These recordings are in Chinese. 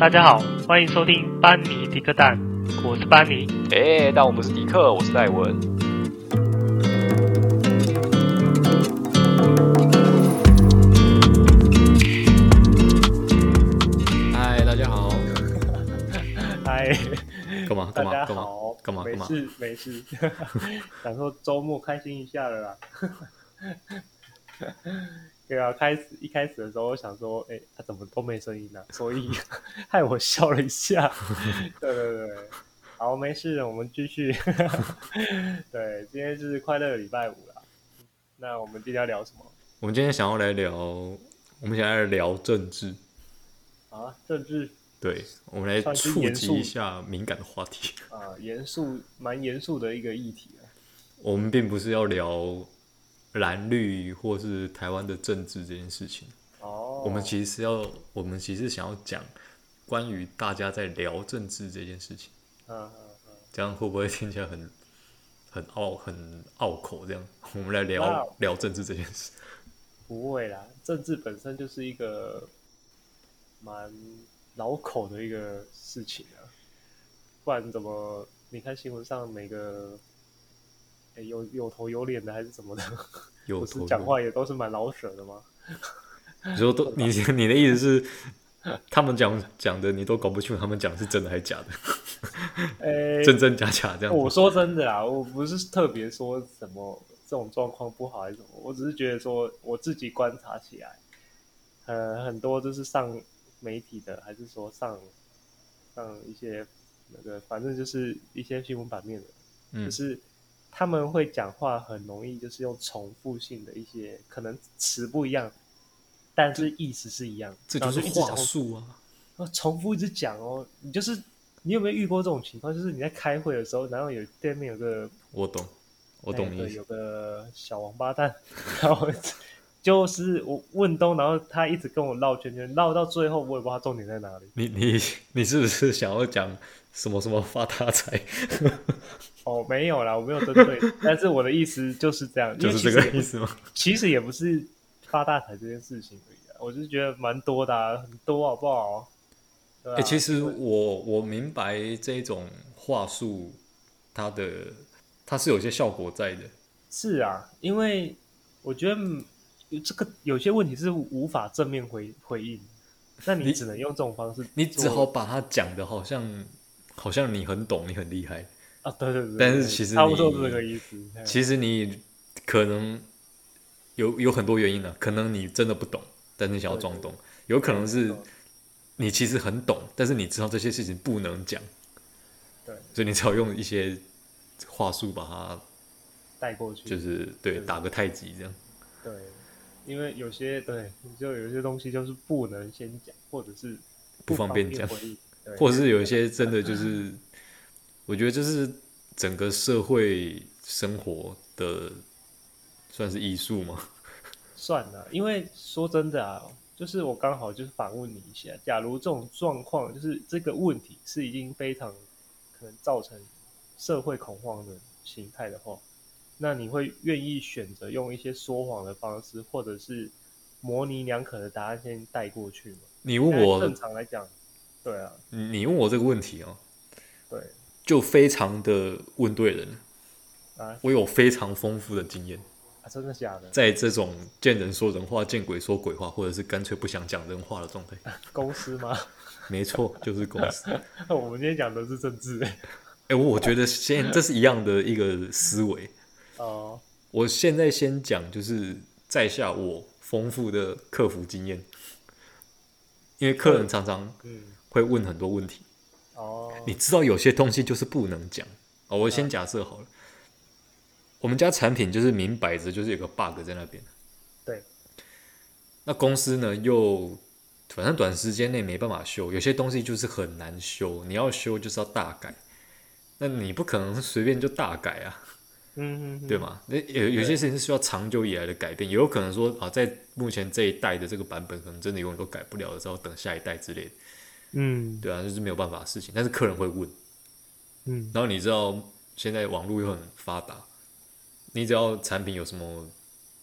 大家好，欢迎收听班尼迪克蛋，我是班 尼。哎，但我不是迪克，我是戴文。嗨，大家好，嗨，干嘛哎大家干嘛干嘛好，干嘛没干嘛？事没事， 想说周末开心一下了啦。 对啊，开始一开始的时候，我想说，哎、他怎么都没声音呢、啊所以 害我笑了一 下。对对对，好，没事，我们继续。 对，今天是快乐的礼拜五啦。那我们今天要聊什么？我们今天想要来聊，我们想要来聊政治，啊，政治对，我们来算是触严肃及一下敏感的话题。啊，严肃，蛮严肃的一个议题啊。我们并不是要聊蓝绿或是台湾的政治这件事情，哦，我们其实是要，我们其实想要讲关于大家在聊政治这件事情，嗯嗯嗯，这样会不会听起来很很拗很拗口？这样，我们来聊、哇哦聊政治这件事。不会啦，政治本身就是一个蛮老口的一个事情啊，不然怎么你看新闻上每个诶有有头有脸的还是什么的， 有不是头讲有话也都是蛮老舍的吗？你说都 你你的意思是，他们讲讲的你都搞不清楚，他们讲是真的还是假的，诶，真真假假这 样我子。说真的啊，我不是特别说什么这种状况不好还是什么，我只是觉得说我自己观察起来，呃，很多就是上媒体的，还是说上上一些那个，反正就是一些新闻版面的，嗯就是他们会讲话很容易，就是用重复性的一些，可能词不一样，但是意思是一样，这然就后是一直话讲术啊，然后重复一直讲哦，你就是你有没有遇过这种情况？就是你在开会的时候，然后有对面有个我懂，我懂你那个意思。有个小王八蛋， 然后就是我问东，然后他一直跟我绕圈圈，绕到最后我也不知道他重点在哪里。你你你是不是想要讲什么什么发大财？哦，没有啦，我没有针 对，但是我的意思就是这样，因就为是其这实个也意不思吗？ 其实也不是发大财这件事情而已、啊，我就觉得蛮多的、啊，很多好不好？对啊，哎、其实我我明白这种话术，它的它是有一些效果在的。是啊，因为我觉得嗯有这个有些问题是无法正面回回应，那你你只能用这种方式做，你只好把它讲的好像好像你很懂，你很厉害。啊，对对对，但是对其实差不多你是这个意思。嗯其实你可能有有很多原因呢、可能你真的不懂，但是你想要装懂；有可能是你其实很懂，但是你知道这些事情不能讲，对所以你只好用一些话术把它，带过去，就是对对打个太极这样。对，因为有些对，就有些东西就是不能先讲，或者是不方方便便讲回应，对或者是有一些真的就是，我觉得这是整个社会生活的算是艺术嘛，算了，因为说真的啊，就是我刚好就是反问你一下，假如这种状况，就是这个问题是已经非常可能造成社会恐慌的形态的话，那你会愿意选择用一些说谎的方式，或者是模棱两可的答案先带过去吗？你问因为我正，常来讲，对啊，你你问我这个问题哦，对就非常的问对人了。啊我有非常丰富的经验，啊，真的假的？在这种见人说人话、见鬼说鬼话，或者是干脆不想讲人话的状态。公司吗？ 没错，就是公司。哎、我们今天讲的是政治我我觉得现这是一样的一个思维。哦，我现在先讲，就是在下我丰富的客服经验，因为客人常常嗯，会问很多问题，哦，你知道有些东西就是不能讲哦。我先假设好了，我们家产品就是明摆着就是有个 bug 在那边，对，那公司呢又反正短时间内没办法修，有些东西就是很难修，你要修就是要大改，那你不可能随便就大改啊，嗯，嗯嗯对吗？那有有些事情是需要长久以来的改变，也有可能说啊，在目前这一代的这个版本，可能真的永远都改不了的时候，等下一代之类的，嗯对啊，就是没有办法的事情。但是客人会问，嗯，然后你知道现在网络又很发达，你只要产品有什么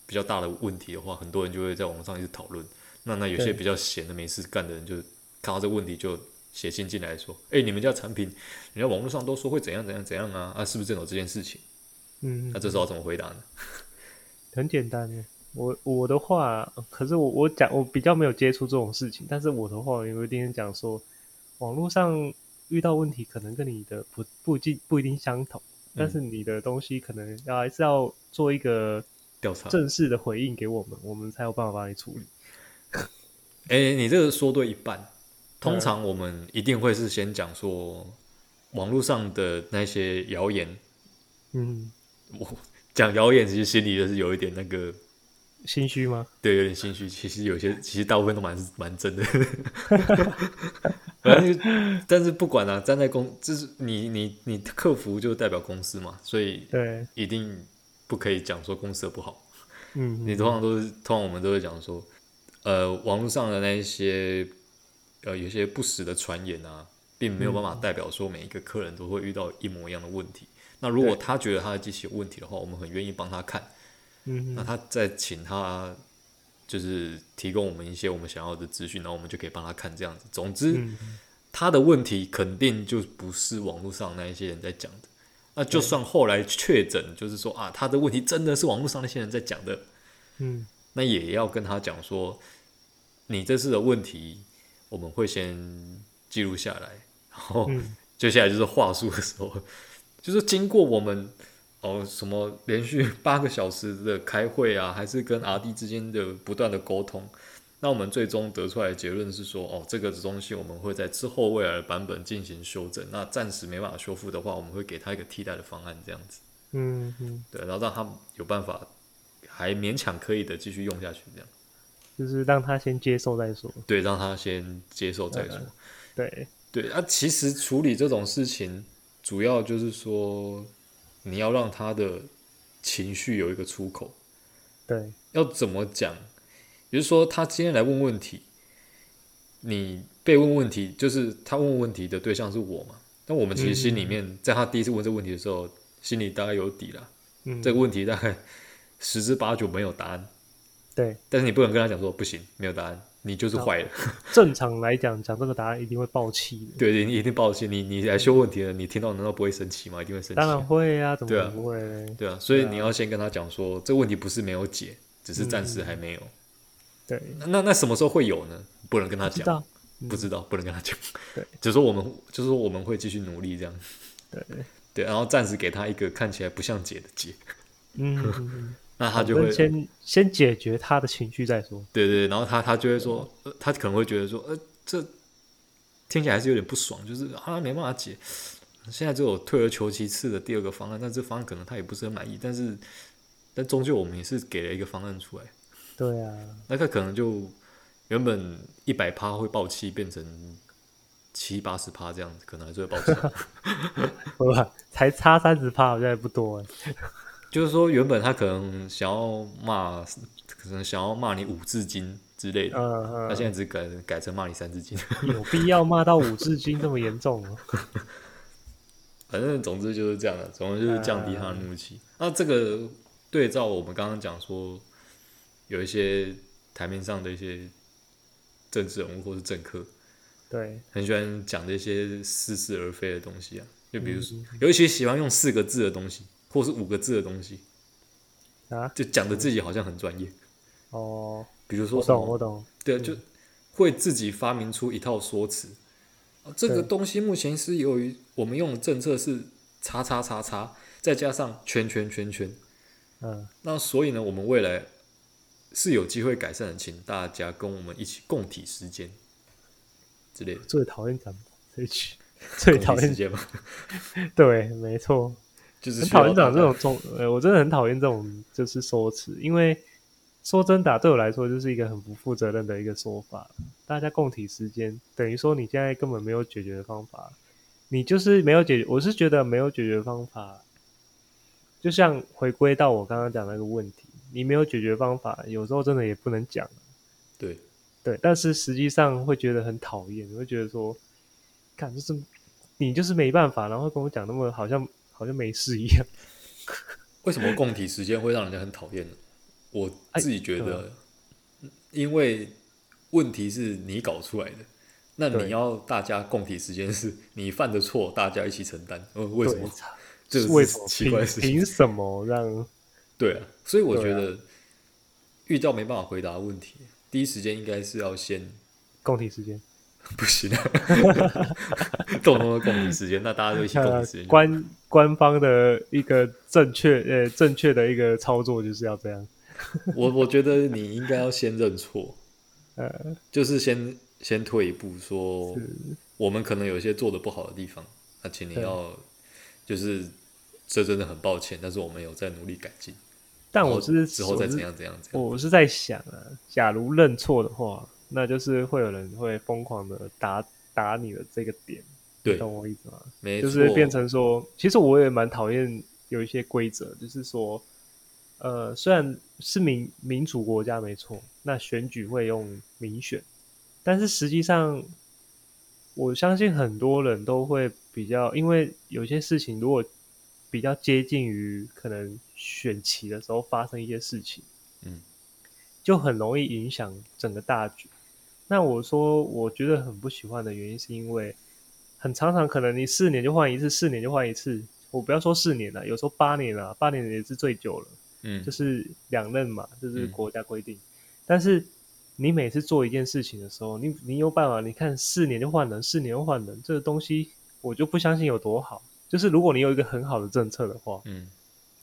比较大的问题的话，很多人就会在网络上一直讨论。那那有些对比较闲的没事干的人就，看到这个问题就写信进来说，哎、你们家产品，人家网络上都说会怎样怎样怎样啊，啊，是不是真有这件事情？嗯啊那、，这时候要怎么回答呢？很简单耶。我我的话，可是我我讲我比较没有接触这种事情，但是我的话有一点讲说，网络上遇到问题可能跟你的不不尽不一定相同，嗯但是你的东西可能要还是要做一个调查，正式的回应给我们，我们才有办法帮你处理。哎、你这个说对一半。通常我们一定会是先讲说，网络上的那些谣言，嗯，讲谣言其实心里就是有一点那个，心虚吗？对，有点心虚。其实有些，其实大部分都蛮蛮真的。 反正就，但是不管啊，站在公，就是你你你客服就代表公司嘛，所以对，一定不可以讲说公司的不好。嗯，你通常都是，通常我们都会讲说，呃，网络上的那一些，呃，有些不实的传言啊，并没有办法代表说每一个客人都会遇到一模一样的问题。那如果对他觉得他的机器有问题的话，我们很愿意帮他看。嗯那嗯他再请他就是提供我们一些我们想要的资讯，然后我们就可以帮他看这样子。总之，嗯他的问题肯定就不是网络上那一些人在讲的。那就算后来确诊，就是说啊，他的问题真的是网络上那些人在讲的，嗯那也要跟他讲说，你这次的问题我们会先记录下来，然后嗯接下来就是话术的时候，就是经过我们哦什么连续八个小时的开会啊，还是跟 R D 之间的不断的沟通，那我们最终得出来的结论是说，哦，这个东西我们会在之后未来的版本进行修正，那暂时没办法修复的话，我们会给他一个替代的方案，这样子，嗯嗯，对，然后让他有办法还勉强可以的继续用下去，这样。就是让他先接受再说。对，让他先接受再说。对，对啊，其实处理这种事情，主要就是说，你要让他的情绪有一个出口。对，要怎么讲？也就是说，他今天来问问题，你被问问题，就是他问问题的对象是我嘛？但我们其实心里面，在他第一次问这个问题的时候，心里大概有底了。嗯，这个问题大概十之八九没有答案，对，但是你不能跟他讲说不行，没有答案，你就是坏了。正常来讲，讲这个答案一定会爆气的。对你一定抱歉，你你来修问题了，你听到难道不会生气吗？一定会生气当然啊。会啊，怎么对啊可能不会嘞？对啊，所以你要先跟他讲说，这问题不是没有解，只是暂时还没有。对，那那那什么时候会有呢？不能跟他知讲，道，不知道，不能跟他 讲。对，就说我们就说我们会继续努力这样。对，对，然后暂时给他一个看起来不像解的解，嗯，嗯嗯那 他反就会正先先解决他的情绪再说。对对，然后他他就会说，呃他可能会觉得说，呃，这听起来还是有点不爽，就是啊没办法解。现在只有退而求其次的第二个方案，但这方案可能他也不是很满意，但是但终究我们也是给了一个方案出来，对啊，那他可能就原本一百趴会爆气，变成七八十趴这样子，可能还是会爆气。不吧？啊 才差三十趴，好像也不多哎。就是说，原本他可能想要骂，可能想要骂你五字经之类的，嗯他现嗯，在只改改成骂你三字经。有必要骂到五字经这么严重吗？ 反正总之就是这样的，总之就是降低他的嗯怒气。那这个对照我们刚刚讲说，有一些台面上的一些政治人物或是政客，对，很喜欢讲这些似是而非的东西啊，就比如嗯说，尤其喜欢用四个字的东西，或是五个字的东西，啊，就讲的自己好像很专业。哦，比如说我什懂，我么，懂。对，就会自己发明出一套说辞。啊这个对东西目前是由于我们用的政策是叉叉叉叉，再加上圈圈圈圈，嗯，那所以呢，我们未来是有机会改善的，请大家跟我们一起共体时间之类的。最讨厌讲这一句，最讨共体时厌。间吧，对，没错。就是很需要讨厌讲大这家种中，呃，我真的很讨厌这种就是说辞，因为说真的啊、对我来说就是一个很不负责任的一个说法。大家共体时间，等于说你现在根本没有解决的方法，你就是没有解决。我是觉得没有解决方法，就像回归到我刚刚讲那个问题，你没有解决方法，有时候真的也不能讲。对。对，但是实际上会觉得很讨厌，会觉得说，看就是你就是没办法，然后跟我讲那么好像好像没事一样。为什么共体时间会让人家很讨厌呢？我自己觉哎得，因为问题是你搞出来的，那你对要大家共体时间是，你犯的错大家一起承担。呃，为什么？这个为是什么奇怪的凭事情。凭什么让对啊，所以我对觉啊得遇到没办法回答的问题，第一时间应该是要先 共体时间？不行啊， 动不动就共体时间，那大家就一起共体时间。官官方的一个正确呃正确的一个操作就是要这样，我我觉得你应该要先认错，呃，就是先先退一步说，是我们可能有一些做的不好的地方，那请你对要就是这真的很抱歉，但是我们有在努力改进。但然我后是之后我再是怎样怎样怎样。我是在想啊，假如认错的话，那就是会有人会疯狂的打打你的这个点，对你，懂我意思吗？没就错，是变成说，其实我也蛮讨厌有一些规则，就是说，呃，虽然是民民主国家没错，那选举会用民选，但是实际上，我相信很多人都会比较，因为有些事情如果比较接近于可能选期的时候发生一些事情，嗯，就很容易影响整个大局。那我说，我觉得很不喜欢的原因，是因为很常常可能你四年就换一次，四年就换一次。我不要说四年了，有时候八年了，八年也是最久了，嗯，就是两任嘛，这、是嗯国家规定。但是你每次做一件事情的时候，你你有办法？你看四年就换人，四年就换人，这个东西我就不相信有多好。就是如果你有一个很好的政策的话，嗯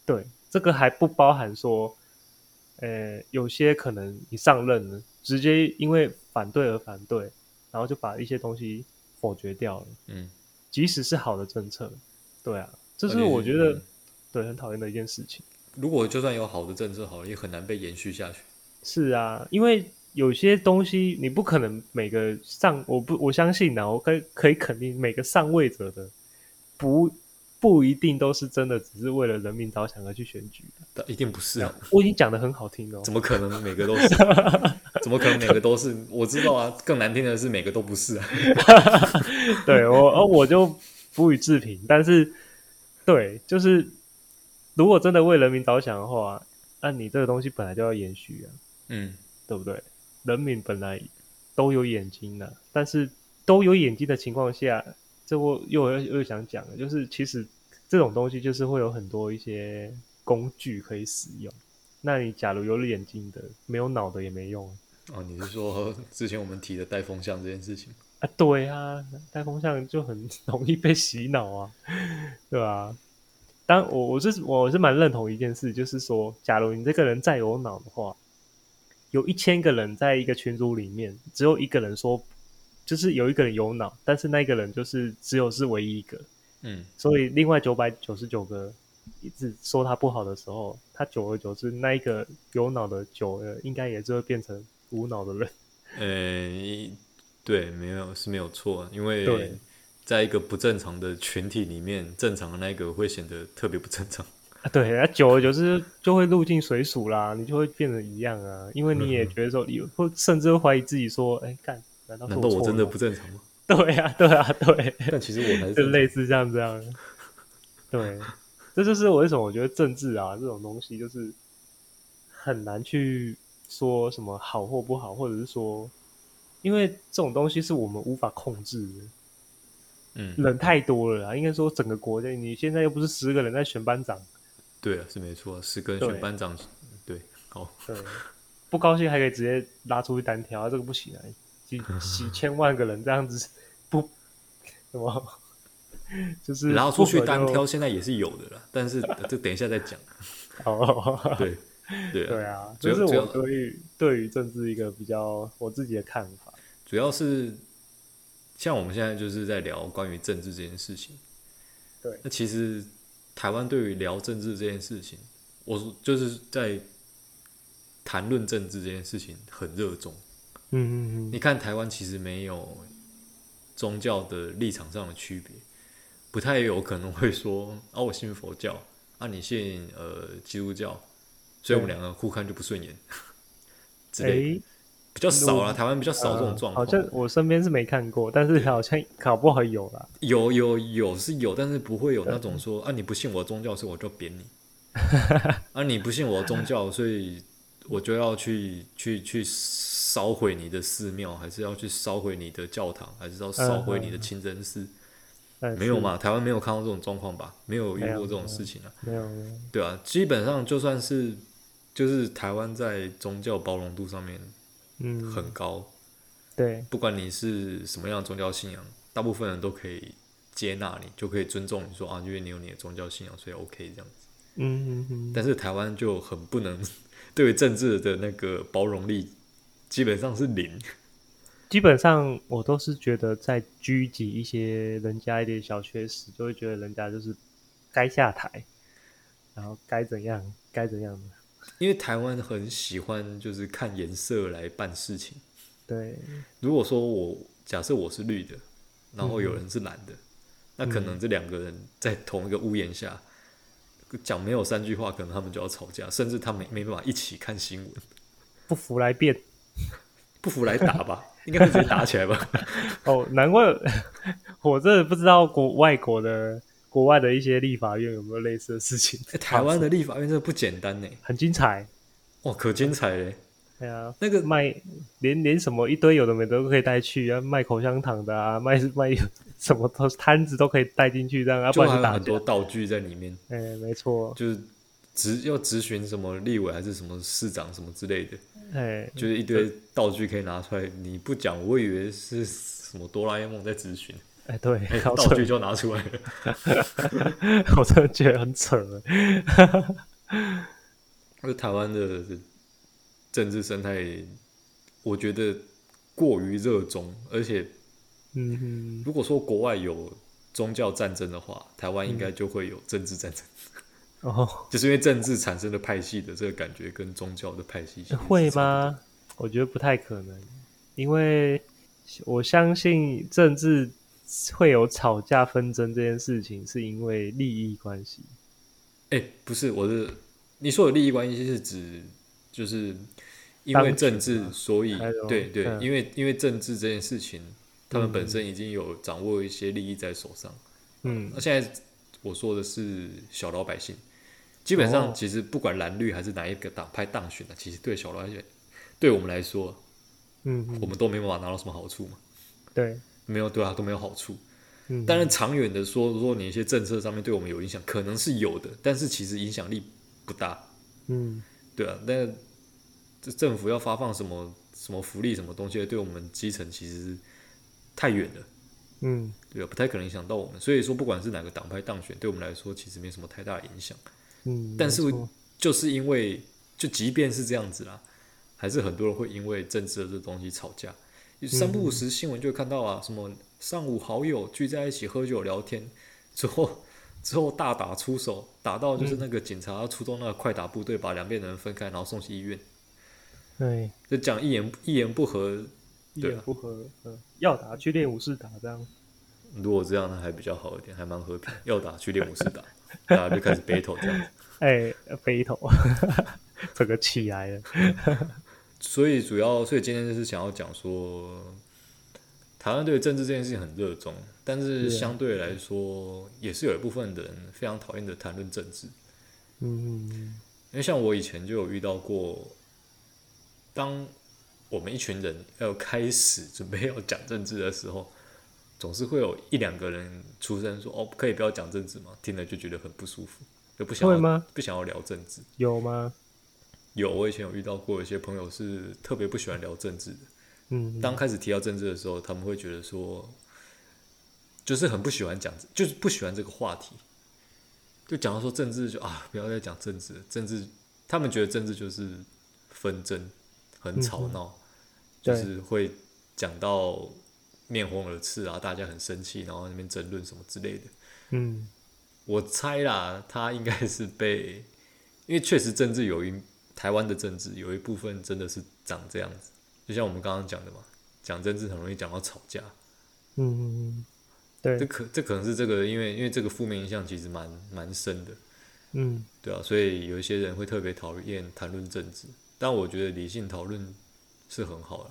对，这个还不包含说，呃，有些可能你上任了，直接因为反对而反对，然后就把一些东西否决掉了，嗯，即使是好的政策，对啊，这而是且我觉得嗯对很讨厌的一件事情。如果就算有好的政策好了，也很难被延续下去。是啊，因为有些东西你不可能每个上，我不我相信啊，我可以可以肯定每个上位者的不不一定都是真的，只是为了人民着想而去选举的。但一定不是啊，我已经讲的很好听了哦， 怎么可能每个都是？ 怎么可能每个都是？我知道啊，更难听的是每个都不是啊。对我，而我就不予置评。但是，对，就是如果真的为人民着想的话，那你这个东西本来就要延续啊，嗯，对不对？人民本来都有眼睛的、但是都有眼睛的情况下，这我又又又想讲了，就是其实这种东西就是会有很多一些工具可以使用。那你假如有了眼睛的，没有脑的也没用啊。哦，你是说之前我们提的带风向这件事情？啊，对啊，带风向就很 容易被洗脑啊，对吧、啊？当我我是我是蛮认同一件事，就是说，假如你这个人再有脑的话，有一千个人在一个群组里面，只有一个人说，就是有一个人有脑，但是那个人就是只有是唯一一个，嗯，所以另外九百九十九个一直说他不好的时候，他久而久之，那一个有脑的久了，应该也就会变成无脑的人。呃，对，没有是没有错啊，因对为在一个不正常的群体里面，正常的那个会显得特别不正常。啊对，那久而久之就会入进水鼠啦，你就会变成一样啊，因为你嗯也觉得说，你会甚至会怀疑自己说，哎，干，难道是难道我错真的了吗不正常吗？对啊，对啊，对，但其实我还就是正类似像这样，啊对，这就是我为什么我觉得政治啊这种东西就是很难去说什么好或不好，或者是说，因为这种东西是我们无法控制的，嗯，人太多了啊，应该说整个国家，你现在又不是十个人在选班长。对啊，是没错啊，是跟对选班长对，好，对，不高兴还可以直接拉出去单挑，啊这个不行啊！几几千万个人这样子， 不什么， 就是拉出去单不合挑现在也是有的啦，但是呃这等一下再讲。就。哦， 对，对对啊，啊，主这要是主我要对于对于政治一个比较我自己的看法。主要是像我们现在就是在聊关于政治这件事情。对那其实台湾对于聊政治这件事情，我是就是在谈论政治这件事情很热衷。嗯嗯你看台湾其实没有宗教的立场上的区别，不太有可能会说 啊我信佛教，啊你信呃基督教，所以我们两个互看就不顺眼 之嗯，类的，诶嗯比较少我呃啦，台湾比较少这种状好况。像我身边是没看过，但是好像搞不好有啦。有有有是有，但是不会有那嗯种说啊你不信我的宗教，所以我就 扁你，啊你不信我的宗教，所以我就要去去去烧毁你的寺庙，还是要去烧毁你的教堂，还是要烧毁嗯你的清真寺？但没有是？嘛？台湾没有看到这种状况吧？没有遇没有过这种没有事情啊，没有，没有对啊，基本上就算是就是台湾在宗教包容度上面嗯，很高，对，不管你是什么样的宗教信仰，大部分人都可以接纳你，就可以尊重你说啊，因为你有你的宗教信仰，所以 OK 这样子。嗯嗯嗯，但是台湾就很不能对于政治的那个包容力基本上是零。基本上我都是觉得在狙击一些人家一点小缺失，就会觉得人家就是该下台，然后该怎样该怎样的。因为台湾很喜欢就是看颜色来办事情。对，如果说我假设我是绿的，然后有人是蓝的，那可能这两个人在同一个屋檐下讲没有三句话，可能他们就要吵架，甚至他们没办法一起看新闻。不服来 辩不服来打吧， 应该会直接打起来 吧？哦，难怪 我真的不知道国外国的国外的一些立法院有没有类似的事情， 欸台湾的立法院真的不简单呢，很精彩。哇，可精彩嘞！对啊，那个卖连连什么一堆有的没的都可以带去啊，卖口香糖的啊，卖卖什么都摊子都可以带进去，这样啊要不就然就还有打很多架。道具在里面，哎、没错，就是执要执询什么立委还是什么市长什么之类的，哎、就是一堆道具可以拿出来。你不讲，我以为是什么哆啦 A 梦在执 询，哎、对，哎， 好道扯，具就拿出 来了。我真的觉得很扯。那台湾的政治生态，我觉得过于热衷，而且嗯哼，如果说国外有宗教战争的话，台湾应该就会有政治战争，哦，就是因为政治产生的派系的这个感觉跟宗教的派系性质呃会是差吗？我觉得不太可能，因为我相信政治会有吵架纷争这件事情，是因为利益关系。不多？哎、不是，我是你说的利益关系是指就是因当为局政治，嘛所以还有对对，嗯因为因为政治这件事情，他们本嗯身已经有掌握一些利益在手上。嗯那、现在我说的是小老百姓，基本哦上其实不管蓝绿还是哪一个党派当选的，其实对小老百姓，对我们来说，嗯哼，我们都没办法拿到什么好处嘛，对，没有对啊都没有好处。嗯，当然，长远的说，如果你一些政策上面对我们有影响，可能是有的，但是其实影响力不大，嗯，对啊。那这政府要发放什么什么福利什么东西，对我们基层其实太远了，嗯对吧、啊不太可能影响到我们。所以说，不管是哪个党派当选，对我们来说其实没什么太大的影响。嗯，但是没错就是因为就即便是这样子啦，还是很多人会因为政治的这东西吵架。三不五时新闻就会看到啊，什么上午好友聚在一起喝酒聊天之后， 之后大打出手，打到就是嗯那个警察出动那个快打部队，把两边的人分开，然后送去医院。对，就讲一言一言不合，哎一对啊言不合，嗯，要打去练武士打这样。如果这样那还比较好一点，还蛮和平。要打去练武士打，大家就开始 battle 这样子。哎、背头，整个起来了。所以主要，所以今天就是想要讲说，台湾对政治这件事情很热衷，但是对啊相对来说，也是有一部分的人非常讨厌的谈论政治。嗯嗯因为像我以前就有遇到过，当我们一群人要开始准备要讲政治的时候，总是会有一两个人出声说：“哦，可以不要讲政治吗？”听了就觉得很不舒服，就不想会要吗不想要聊政治。有吗？有，我以前有遇到过，有些朋友是特别不喜欢聊政治的。嗯，当开始提到政治的时候，他们会觉得说，就是很不喜欢讲，就是不喜欢这个话题。就讲到说政治就，啊，不要再讲政治了，政治他们觉得政治就是纷争，很吵闹，就嗯对是会讲到面红耳赤啊，大家很生气，然后在那边争论什么之类的。嗯我猜啦，他应该是被，因为确实政治有一台湾的政治有一部分真的是长这样子，就像我们刚刚讲的嘛，讲政治很容易讲到吵架，嗯嗯，对这，可这可能是这个，因为因为这个负面影响其实蛮蛮深的，嗯对啊，所以有一些人会特别讨厌谈论政治，但我觉得理性讨论是很好的，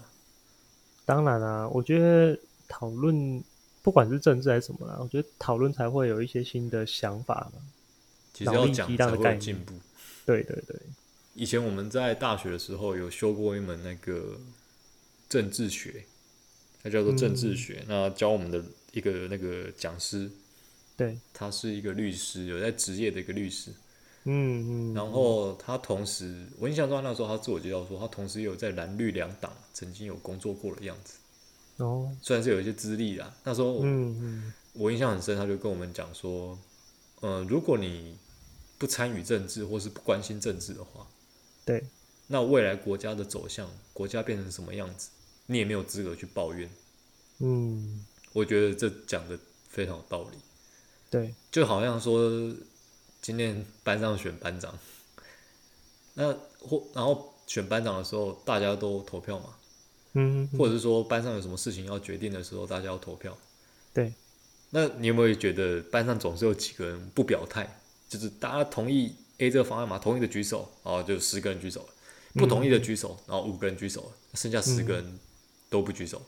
当然啊，我觉得讨论不管是政治还是什么啦，我觉得讨论才会有一些新的想法嘛。其实脑要力讲激才荡的会概有念进步。对对对，以前我们在大学的时候有修过一门那个政治学，它叫做政嗯治学。那教我们的一个那个讲师，对，他是一个律师，有在职业的一个律师。嗯嗯，然后他同时，我印象中他那时候他自我介绍说，他同时也有在蓝绿两党曾经有工作过的样子，哦，虽然是有一些资历啦。那时候我,、嗯嗯，我印象很深，他就跟我们讲说，嗯，如果你不参与政治或是不关心政治的话，对，那未来国家的走向，国家变成什么样子，你也没有资格去抱怨。嗯我觉得这讲的非常有道理，对，就好像说今天班上选班长， 那或然后选班长的时候大家都投票嘛，嗯，嗯或者是说班上有什么事情要决定的时候大家要投票。对，那你有没有觉得班上总是有几个人不表态，就是大家同意 A 这个方案嘛，同意的举手，然后就十个人举手了；不同意的举手，然后五个人举手了，剩下十个人都不举手。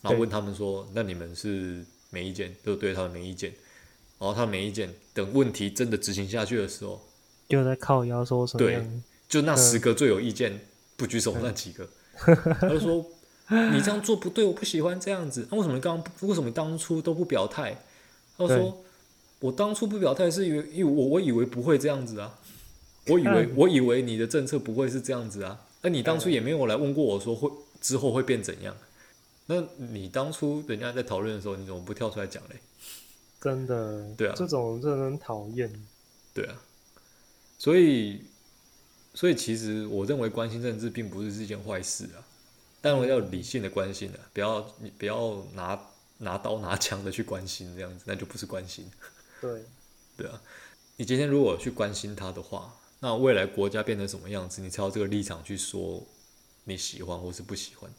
然后问他们说：“那你们是没意见，就对他们没意见。”然后他们没意见，等问题真的执行下去的时候，又在靠腰说什么对样？就那十个最有意见、不举手那几个，他就说你这样做不对，我不喜欢这样子。那、为什么你刚刚为什么你当初都不表态？他就对说我当初不表态是因为因为我我以为不会这样子啊，我以为看我以为你的政策不会是这样子啊，那你当初也没有来问过我说会之后会变怎样。那你当初人家在讨论的时候，你怎么不跳出来讲嘞？真的，对啊这种真的很讨厌。对啊，所以，所以其实我认为关心政治并不是是一件坏事啊，但我要理性的关心啊，不要你不要拿拿刀拿枪的去关心这样子，那就不是关心，对，对啊。你今天如果去关心他的话，那未来国家变成什么样子，你才有这个立场去说你喜欢或是不喜欢。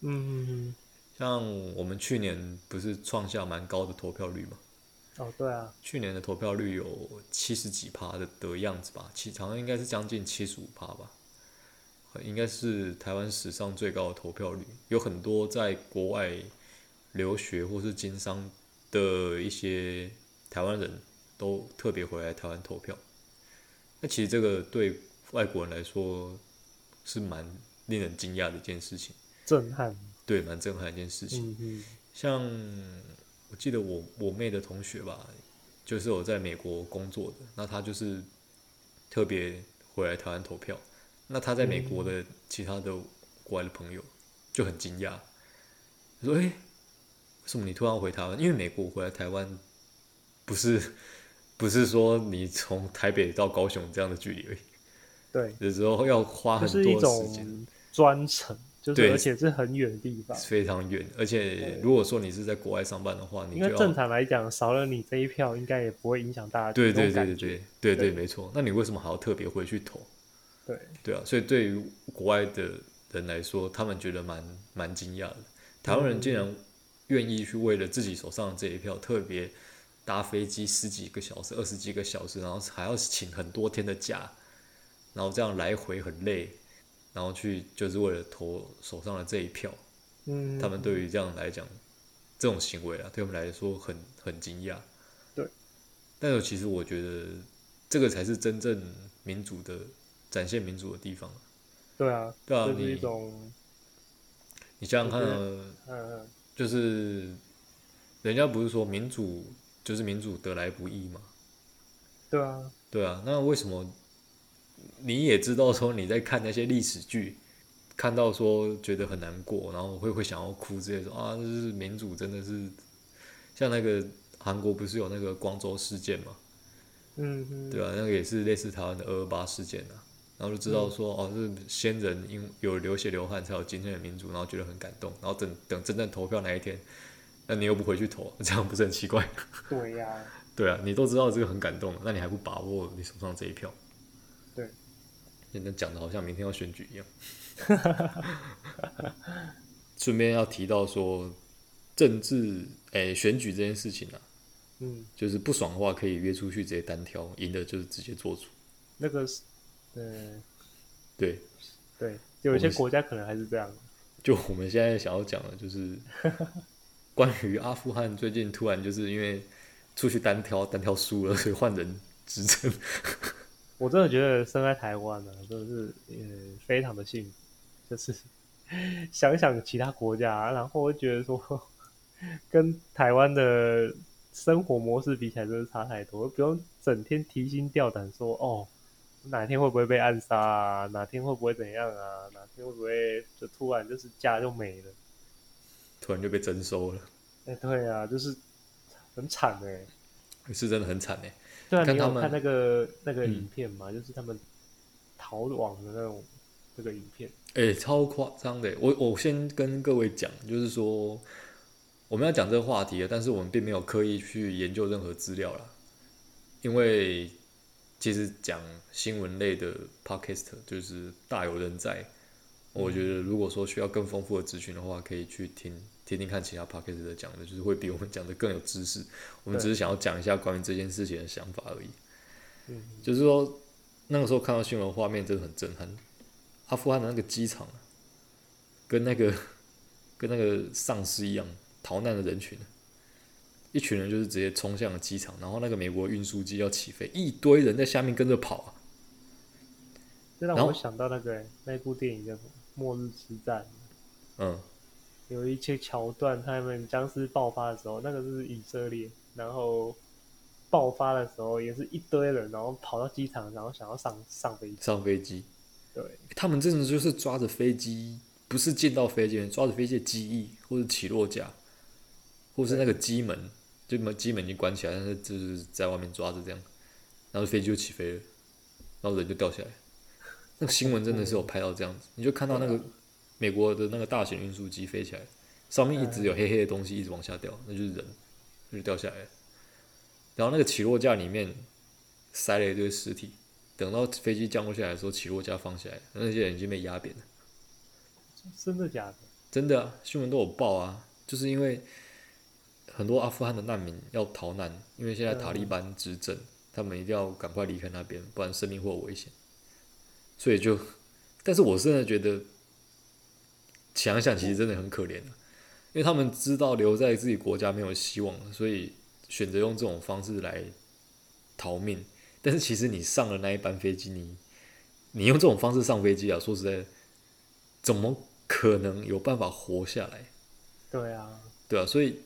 嗯嗯像我们去年不是创下蛮高的投票率嘛，嗯，哦，对啊，去年的投票率有七十几趴的的样子吧，其好像应该是将近七十五趴吧，应该是台湾史上最高的投票率。有很多在国外留学或是经商的一些台湾人都特别回来台湾投票。那其实这个对外国人来说是蛮令人惊讶的一件事情，震撼。对，蛮震撼的一件事情。嗯嗯，像我记得我我妹的同学吧，就是有在美国工作的，那她就是特别回来台湾投票。那她在美国的嗯其他的国外的朋友就很惊讶，她说：“诶，为什么你突然回台湾？因为美国回来台湾不是不是说你从台北到高雄这样的距离而已，对，有时候要花就很是一多时间。”种专程，就是对而且是很远的地方。非常远，而且如果说你是在国外上班的话，你应就该要正常来讲，少了你这一票，应该也不会影响大家对这对种对感对觉。对对对对，没错。那你为什么还要特别回去投？对对啊，所以对于国外的人来说，他们觉得蛮蛮惊讶的。台湾人竟然愿意去为了自己手上的这一票，特别搭飞机十几个小时、二十几个小时，然后还要请很多天的假，然后这样来回很累，然后去就是为了投手上的这一票。嗯，他们对于这样来讲，这种行为啊，对我们来说很很惊讶。对，但是其实我觉得这个才是真正民主的展现民主的地方。对啊，对啊，这是一你种你想想看、我觉啊，嗯就是人家不是说民主就是民主得来不易嘛？对啊，对啊，那为什么你也知道说你在看那些历史剧，看到说觉得很难过，然后会会想要哭之类说啊，就是民主真的是像那个韩国不是有那个光州事件嘛，嗯嗯，对吧、啊那个也是类似台湾的二二八事件啊，然后就知道说、哦，是先人因有流血流汗才有今天的民主，然后觉得很感动，然后等等真正投票那一天，那你又不回去投，这样不是很奇怪？对呀、对啊，你都知道这个很感动，那你还不把握你手上这一票？对，你那讲的好像明天要选举一样。 顺便要提到说，政治诶、选举这件事情啊，嗯，就是不爽的话可以约出去直接单挑，赢的就是直接做主。那个是，嗯，对，对，有一我些们是国家可能还是这样。就我们现在想要讲的就是关于阿富汗最近突然就是因为出去单挑，单挑输了，所以换人执政。我真的觉得生在台湾呢、真的是呃非常的幸福，就是 想想其他国家，然后我会觉得说，跟台湾的生活模式比起来，真的差太多。不用整天提心吊胆说，哦，哪天会不会被暗杀啊？哪天会不会怎样啊？哪天会不会就突然就是家就没了？突然就被征收了，哎，对啊，就是很惨哎、是真的很惨哎、对啊，看你他有们看那个那个嗯影片吗？就是他们逃亡的那种那个影片。哎、超夸张的欸！我我先跟各位讲，就是说我们要讲这个话题了，啊但是我们并没有刻意去研究任何资料啦，因为其实讲新闻类的 podcast 就是大有人在。我觉得如果说需要更丰富的资讯的话，可以去听听听看其他 podcast 的讲的，就是会比我们讲的更有知识。我们对只是想要讲一下关于这件事情的想法而已。嗯，就是说那个时候看到新闻画面真的很震撼，阿富汗的那个机场啊跟那个 跟那个丧尸一样逃难的人群，啊一群人就是直接冲向了机场，然后那个美国运输机要起飞，一堆人在下面跟着跑啊，这让然后我想到那个欸那部电影叫什么《末日之战》，嗯，有一些桥段，他们僵尸爆发的时候，那个是以色列，然后爆发的时候也是一堆人，然后跑到机场，然后想要上上飞机。上飞机，对，他们真的就是抓着飞机，不是进到飞机，抓着飞机的机翼或者起落架，或是那个机门，就门机门已经关起来，但是就是在外面抓着这样，然后飞机就起飞了，然后人就掉下来。那个新闻真的是有拍到这样子，你就看到那个美国的那个大型运输机飞起来，上面一直有黑黑的东西一直往下掉，那就是人，那就掉下来了。然后那个起落架里面塞了一堆尸体，等到飞机降落下来的时候，起落架放下来，那些人已经被压扁了。真的假的？真的、啊，新闻都有报啊，就是因为很多阿富汗的难民要逃难，因为现在塔利班执政，他们一定要赶快离开那边，不然生命会有危险。所以就，但是我真的觉得，想一想其实真的很可怜、啊，因为他们知道留在自己国家没有希望了，所以选择用这种方式来逃命。但是其实你上了那一班飞机，你你用这种方式上飞机啊，说实在，怎么可能有办法活下来？对啊，对啊，所以，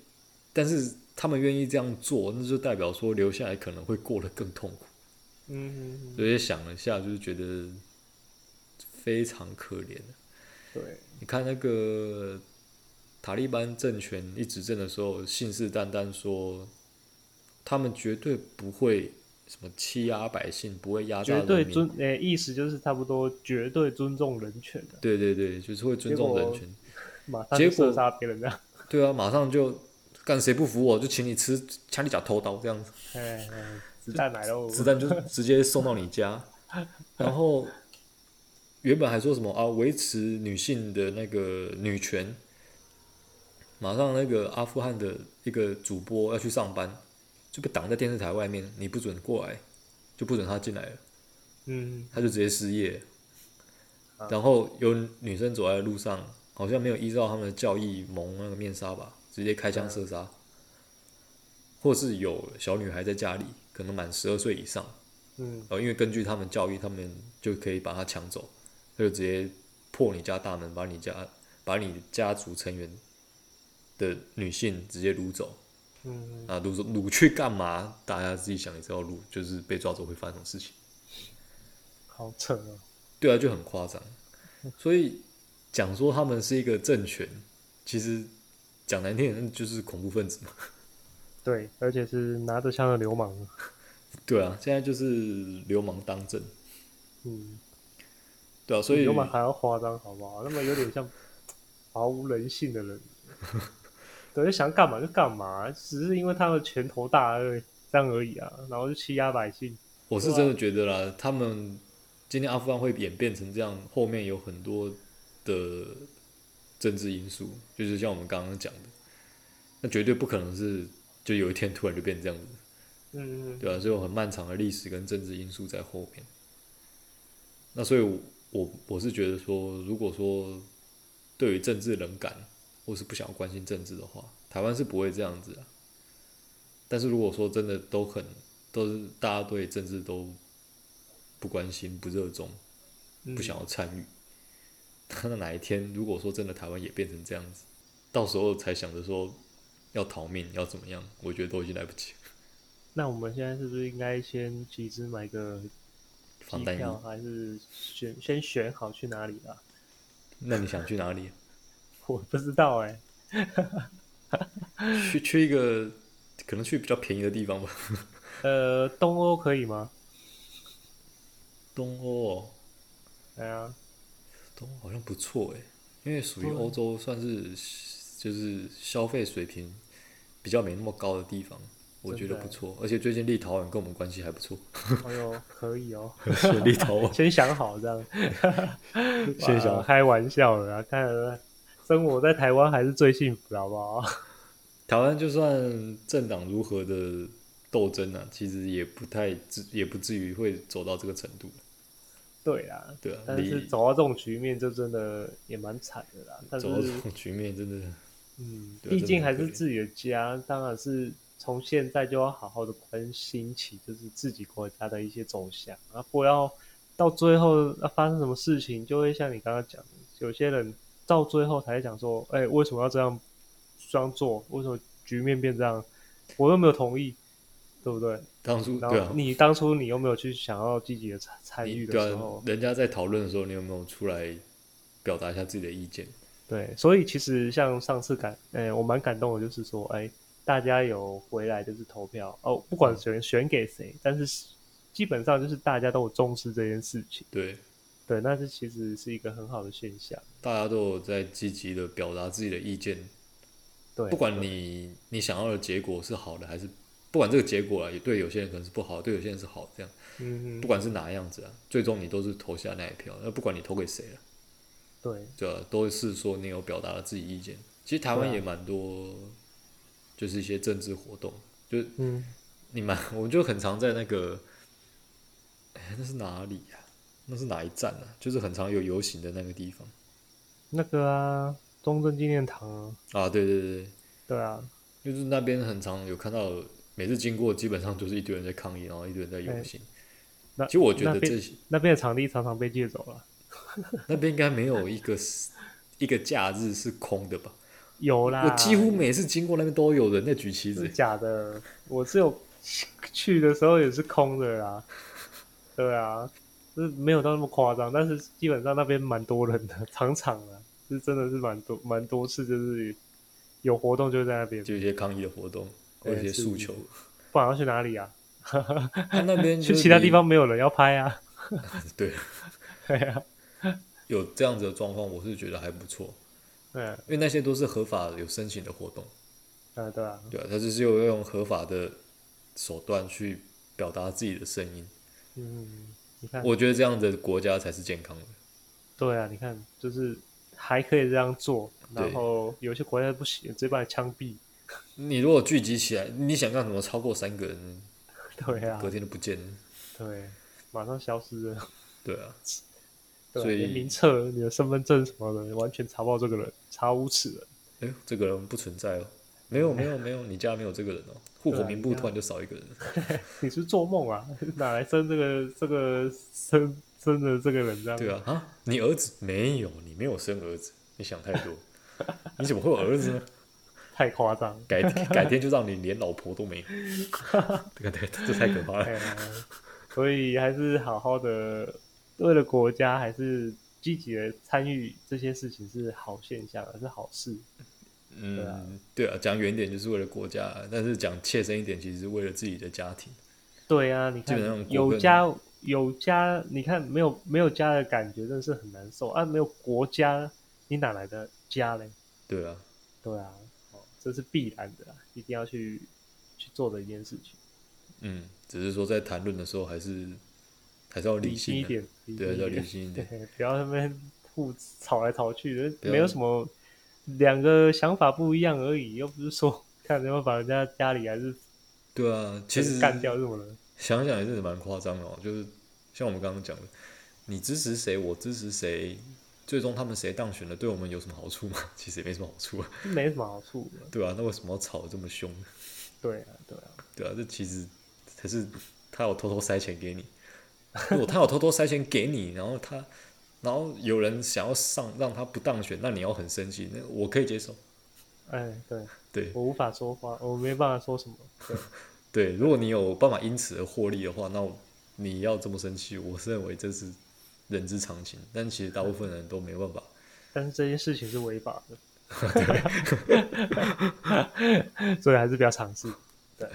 但是他们愿意这样做，那就代表说留下来可能会过得更痛苦。嗯，所以想了一下，就是觉得非常可怜。对，你看那个塔利班政权一执政的时候，信誓旦旦说他们绝对不会什么欺压百姓，不会压榨绝人对民，尊，诶、意思就是差不多绝对尊重人权的、对对对，就是会尊重结人果权。马上就结果射杀别人这样。对啊，马上就干谁不服我就请你吃掐你脚偷刀这样子，哎，哎子弹来喽！子弹就直接送到你家。然后原本还说什么啊，维持女性的那个女权，马上那个阿富汗的一个主播要去上班，就被挡在电视台外面，你不准过来，就不准他进来了，嗯，他就直接失业了啊。然后有女生走在路上，好像没有依照他们的教义蒙那个面纱吧，直接开枪射杀。或是有小女孩在家里，可能满十二岁以上，嗯，呃，因为根据他们教育，他们就可以把他抢走，他就直接破你家大门，把你家把你家族成员的女性直接掳走嗯，啊，掳走掳去干嘛？大家自己想也知道，掳就是被抓走会发生什么事情。好扯哦。对啊，就很夸张。所以讲说他们是一个政权，其实讲难听点就是恐怖分子嘛。对，而且是拿着枪的流氓。对啊，现在就是流氓当政。嗯，对啊，所以流氓还要夸张，好不好？那么有点像毫无人性的 人。对，就想干嘛就干嘛，只是因为他们拳头大而已，这样而已啊。然后就欺压百姓。我是真的觉得啦，他们今天阿富汗会演变成这样，后面有很多的政治因素，就是像我们刚刚讲的，那绝对不可能是就有一天突然就变这样子，嗯，对啊，所以有很漫长的历史跟政治因素在后面。那所以我，我我是觉得说，如果说对于政治冷感，或是不想要关心政治的话，台湾是不会这样子啊。但是如果说真的都很都是大家对政治都不关心、不热衷、嗯不想要参与，那哪一天如果说真的台湾也变成这样子，到时候才想着说要逃命要怎么样，我觉得都已经来不及了。那我们现在是不是应该先集资买个防机弹衣，票，还是选先选好去哪里啊？ 那你想去哪里？我不知道哎、去去一个可能去比较便宜的地方吧。呃，东欧可以吗？东欧、哦，哎呀，东欧好像不错诶，因为属于对啊欧洲算是就是消费水平比较没那么高的地方，我觉真得的欸不错。而且最近立陶宛跟我们关系还 不错，哎呦，可以哦，所以立陶宛先想好这样。先想哇开玩笑的啊，看生活在台湾还是最幸福的，好不 好？ 台湾就算政党如何的斗争啊，其实也不太至也不至于会走到这个程度，对啦，对啊，但离是走到这种局面，就真的也蛮惨的啦。但是走，到这种局面真的嗯，对毕啊真的竟很还可是怜自己的家，当然是从现在就要好好的关心起，就是自己国家的一些走向啊，不要到最后、啊、发生什么事情，就会像你刚刚讲的，有些人到最后才讲说，哎、为什么要这样这样做？为什么局面变这样？我又没有同意，对不对？当初然对啊后，你当初你又没有去想要积极的参参你与的对时啊候，，人家在讨论的时候，你有没有出来表达一下自己的意见？对，所以其实像上次感，哎、我蛮感动的，就是说，哎、大家有回来就是投票哦，不嗯管选选给谁，但是基本上就是大家都有重视这件事情，对，对，那这其实是一个很好的现象，大家都有在积极的表达自己的意见，对，不管你你想要的结果是好的还是不管这个结果啊，也对有些人可能是不好，对有些人是好，这样嗯不哼，管是哪样子啊，最终你都是投下那一票，那不管你投给谁了，对，对啊，都是说你有表达了自己意见。其实台湾对啊也蛮多，就是一些政治活动，就是嗯，你们，我们就很常在那个，哎，那是哪里呀、那是哪一站啊？就是很常有游行的那个地方那个啊，中正纪念堂啊，啊。对对对，对啊，就是那边很常有看到，每次经过基本上就是一堆人在抗议，然后一堆人在游行。那其实我觉那得边这些那边的场地常常被借走了，那边应该没有一个 s- 一个假日是空的吧？有啦，我几乎每次经过那边都有人在举旗是子。假的，我只有去的时候也是空的啦。对啊，就是没有到那么夸张，但是基本上那边蛮多人的，场场啊，是真的是蛮多蛮多次，就是有活动就在那边。就一些抗议的活动，或者一些对是诉求，不然要去哪里啊？他那 边去就是其他离地方没有人要拍啊。对 对啊，有这样子的状况，我是觉得还不错。对啊，因为那些都是合法有申请的活动，啊对啊，对啊，他就是有用合法的手段去表达自己的声音。嗯，你看，我觉得这样的国家才是健康的。对啊，你看，就是还可以这样做，对然后有些国家不行，直接把你枪毙。 你如果聚集起来，你想干什么？超过三个人，对啊隔，天就不见了。对，马上消失了。对啊，对啊，所以连名册、你的身份证什么的，完全查不到这个人，查无此人。哎呦，这个人不存在哦。没有没有没有，你家没有这个人哦。户口名簿突然就少一个人，你是做梦啊？哪来生这个这个生生的这个人这样？对啊啊，你儿子没有，你没有生儿子，你想太多。 你怎么会有儿子呢？太夸张了。改改天就让你连老婆都没有， 这个太这太可怕了。哎呀所以还是好好的，为了国家，还是积极的参与这些事情是好现象，啊是好事。对啊嗯，对啊，讲远一点就是为了国家，啊但是讲切身一点，其实是为了自己的家庭。对啊，你基本上看国有跟家有家，你看没有没有家的感觉真的是很难受啊！没有国家，你哪来的家嘞？对啊，对啊，哦，这是必然的啦，啊一定要去去做的一件事情。嗯，只是说在谈论的时候，还是还是要理性一啊点，理性对啊，一要理点，性一对点。，不要在那边互吵来吵去不的，要没有什么两个想法不一样而已，又不是说看有没有把人家家里还是对啊，其实干掉什么的。想想也是蛮夸张的哦，就是像我们刚刚讲的，你支持谁，我支持谁，最终他们谁当选了，对我们有什么好处吗？ 其实也没什么好处啊，没什么好处的，对啊，那为什么要吵得这么凶？对啊，对啊，对啊，这其实才是他有偷偷塞钱给你。如果他有偷偷塞钱给你，然后他然后有人想要上让他不当选，那你要很生气，那我可以接受。哎，对对我无法说话，我没办法说什么。对，如果你有办法因此而获利的话，那我你要这么生气，我是认为这是人之常情，但其实大部分人都没办法。 但是这件事情是违法的， 所以还是比较尝试。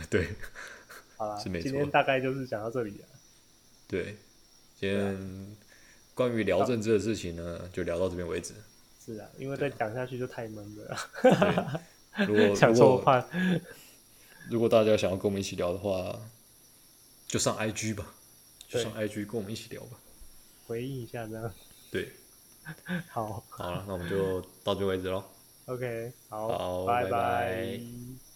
对好啦，是没错今天大概就是讲到这里了。啊对，今天关于聊政治的事情呢，就聊到这边为止。是啊，因为再讲下去就太闷了，对，如果想如说果话。如果大家想要跟我们一起聊的话，就上 IG 吧，就对上 IG 跟我们一起聊吧。回应一下这样。对，好好了，那我们就到这边为止喽。 ，OK，好，好拜拜拜拜